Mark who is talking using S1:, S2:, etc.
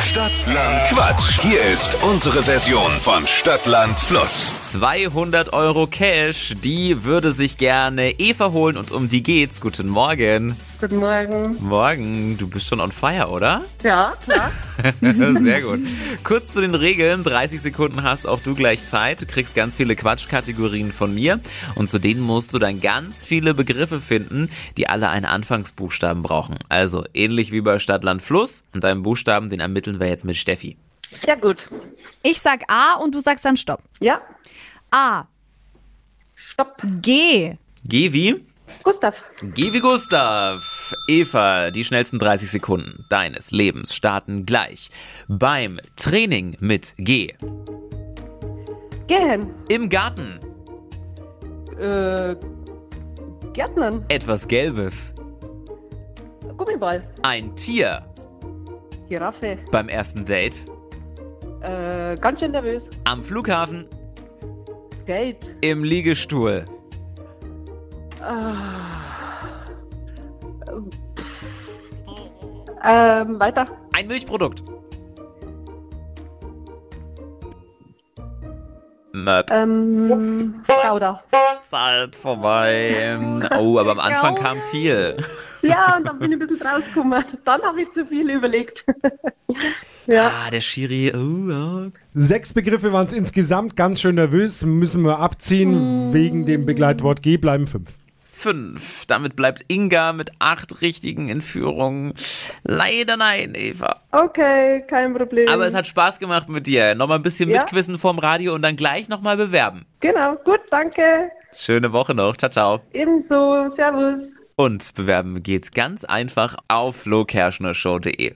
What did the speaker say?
S1: Stadtland Quatsch. Hier ist unsere Version von Stadtland Fluss.
S2: 200 Euro Cash, die würde sich gerne Eva holen und um die geht's. Guten Morgen.
S3: Guten Morgen.
S2: Morgen, du bist schon on fire, oder?
S3: Ja, klar.
S2: Sehr gut. Kurz zu den Regeln. 30 Sekunden hast auch du gleich Zeit. Du kriegst ganz viele Quatschkategorien von mir. Und zu denen musst du dann ganz viele Begriffe finden, die alle einen Anfangsbuchstaben brauchen. Also ähnlich wie bei Stadt, Land, Fluss. Und deinen Buchstaben, den ermitteln wir jetzt mit Steffi.
S3: Sehr gut.
S4: Ich sag A und du sagst dann Stopp.
S3: Ja,
S4: A,
S3: stopp.
S4: G,
S2: Geh wie?
S3: Gustav,
S2: Geh wie Gustav. Eva, die schnellsten 30 Sekunden deines Lebens starten gleich. Beim Training mit G.
S3: gehen.
S2: Im Garten.
S3: Äh, Gärtnern,
S2: Etwas Gelbes.
S3: Gummiball,
S2: Ein Tier.
S3: Giraffe.
S2: Beim ersten Date.
S3: Äh, ganz schön nervös.
S2: Am Flughafen.
S3: Skate,
S2: Im Liegestuhl.
S3: ähm, weiter.
S2: Ein Milchprodukt.
S3: Äh.
S2: Möp,
S3: Ähm, Gouda.
S2: zahlt vorbei. Oh, aber am Anfang kam viel.
S3: Ja, und dann bin ich ein bisschen rausgekommen. Dann habe ich zu viel überlegt. ja,
S2: Ah, der Schiri. Oh, ja.
S5: Sechs Begriffe waren es insgesamt, ganz schön nervös, müssen wir abziehen. Wegen dem Begleitwort G bleiben fünf.
S2: Fünf. Damit bleibt Inga mit acht richtigen in Führung. Leider nein, Eva.
S3: okay, kein Problem.
S2: Aber es hat Spaß gemacht mit dir. Nochmal ein bisschen
S3: Ähm. Ja.
S2: mitquissen vorm Radio und dann gleich nochmal bewerben.
S3: Genau, gut, danke.
S2: Schöne Woche noch. Ciao, ciao.
S3: Ebenso, servus.
S2: Und bewerben geht's ganz einfach auf flokerschnershow.de.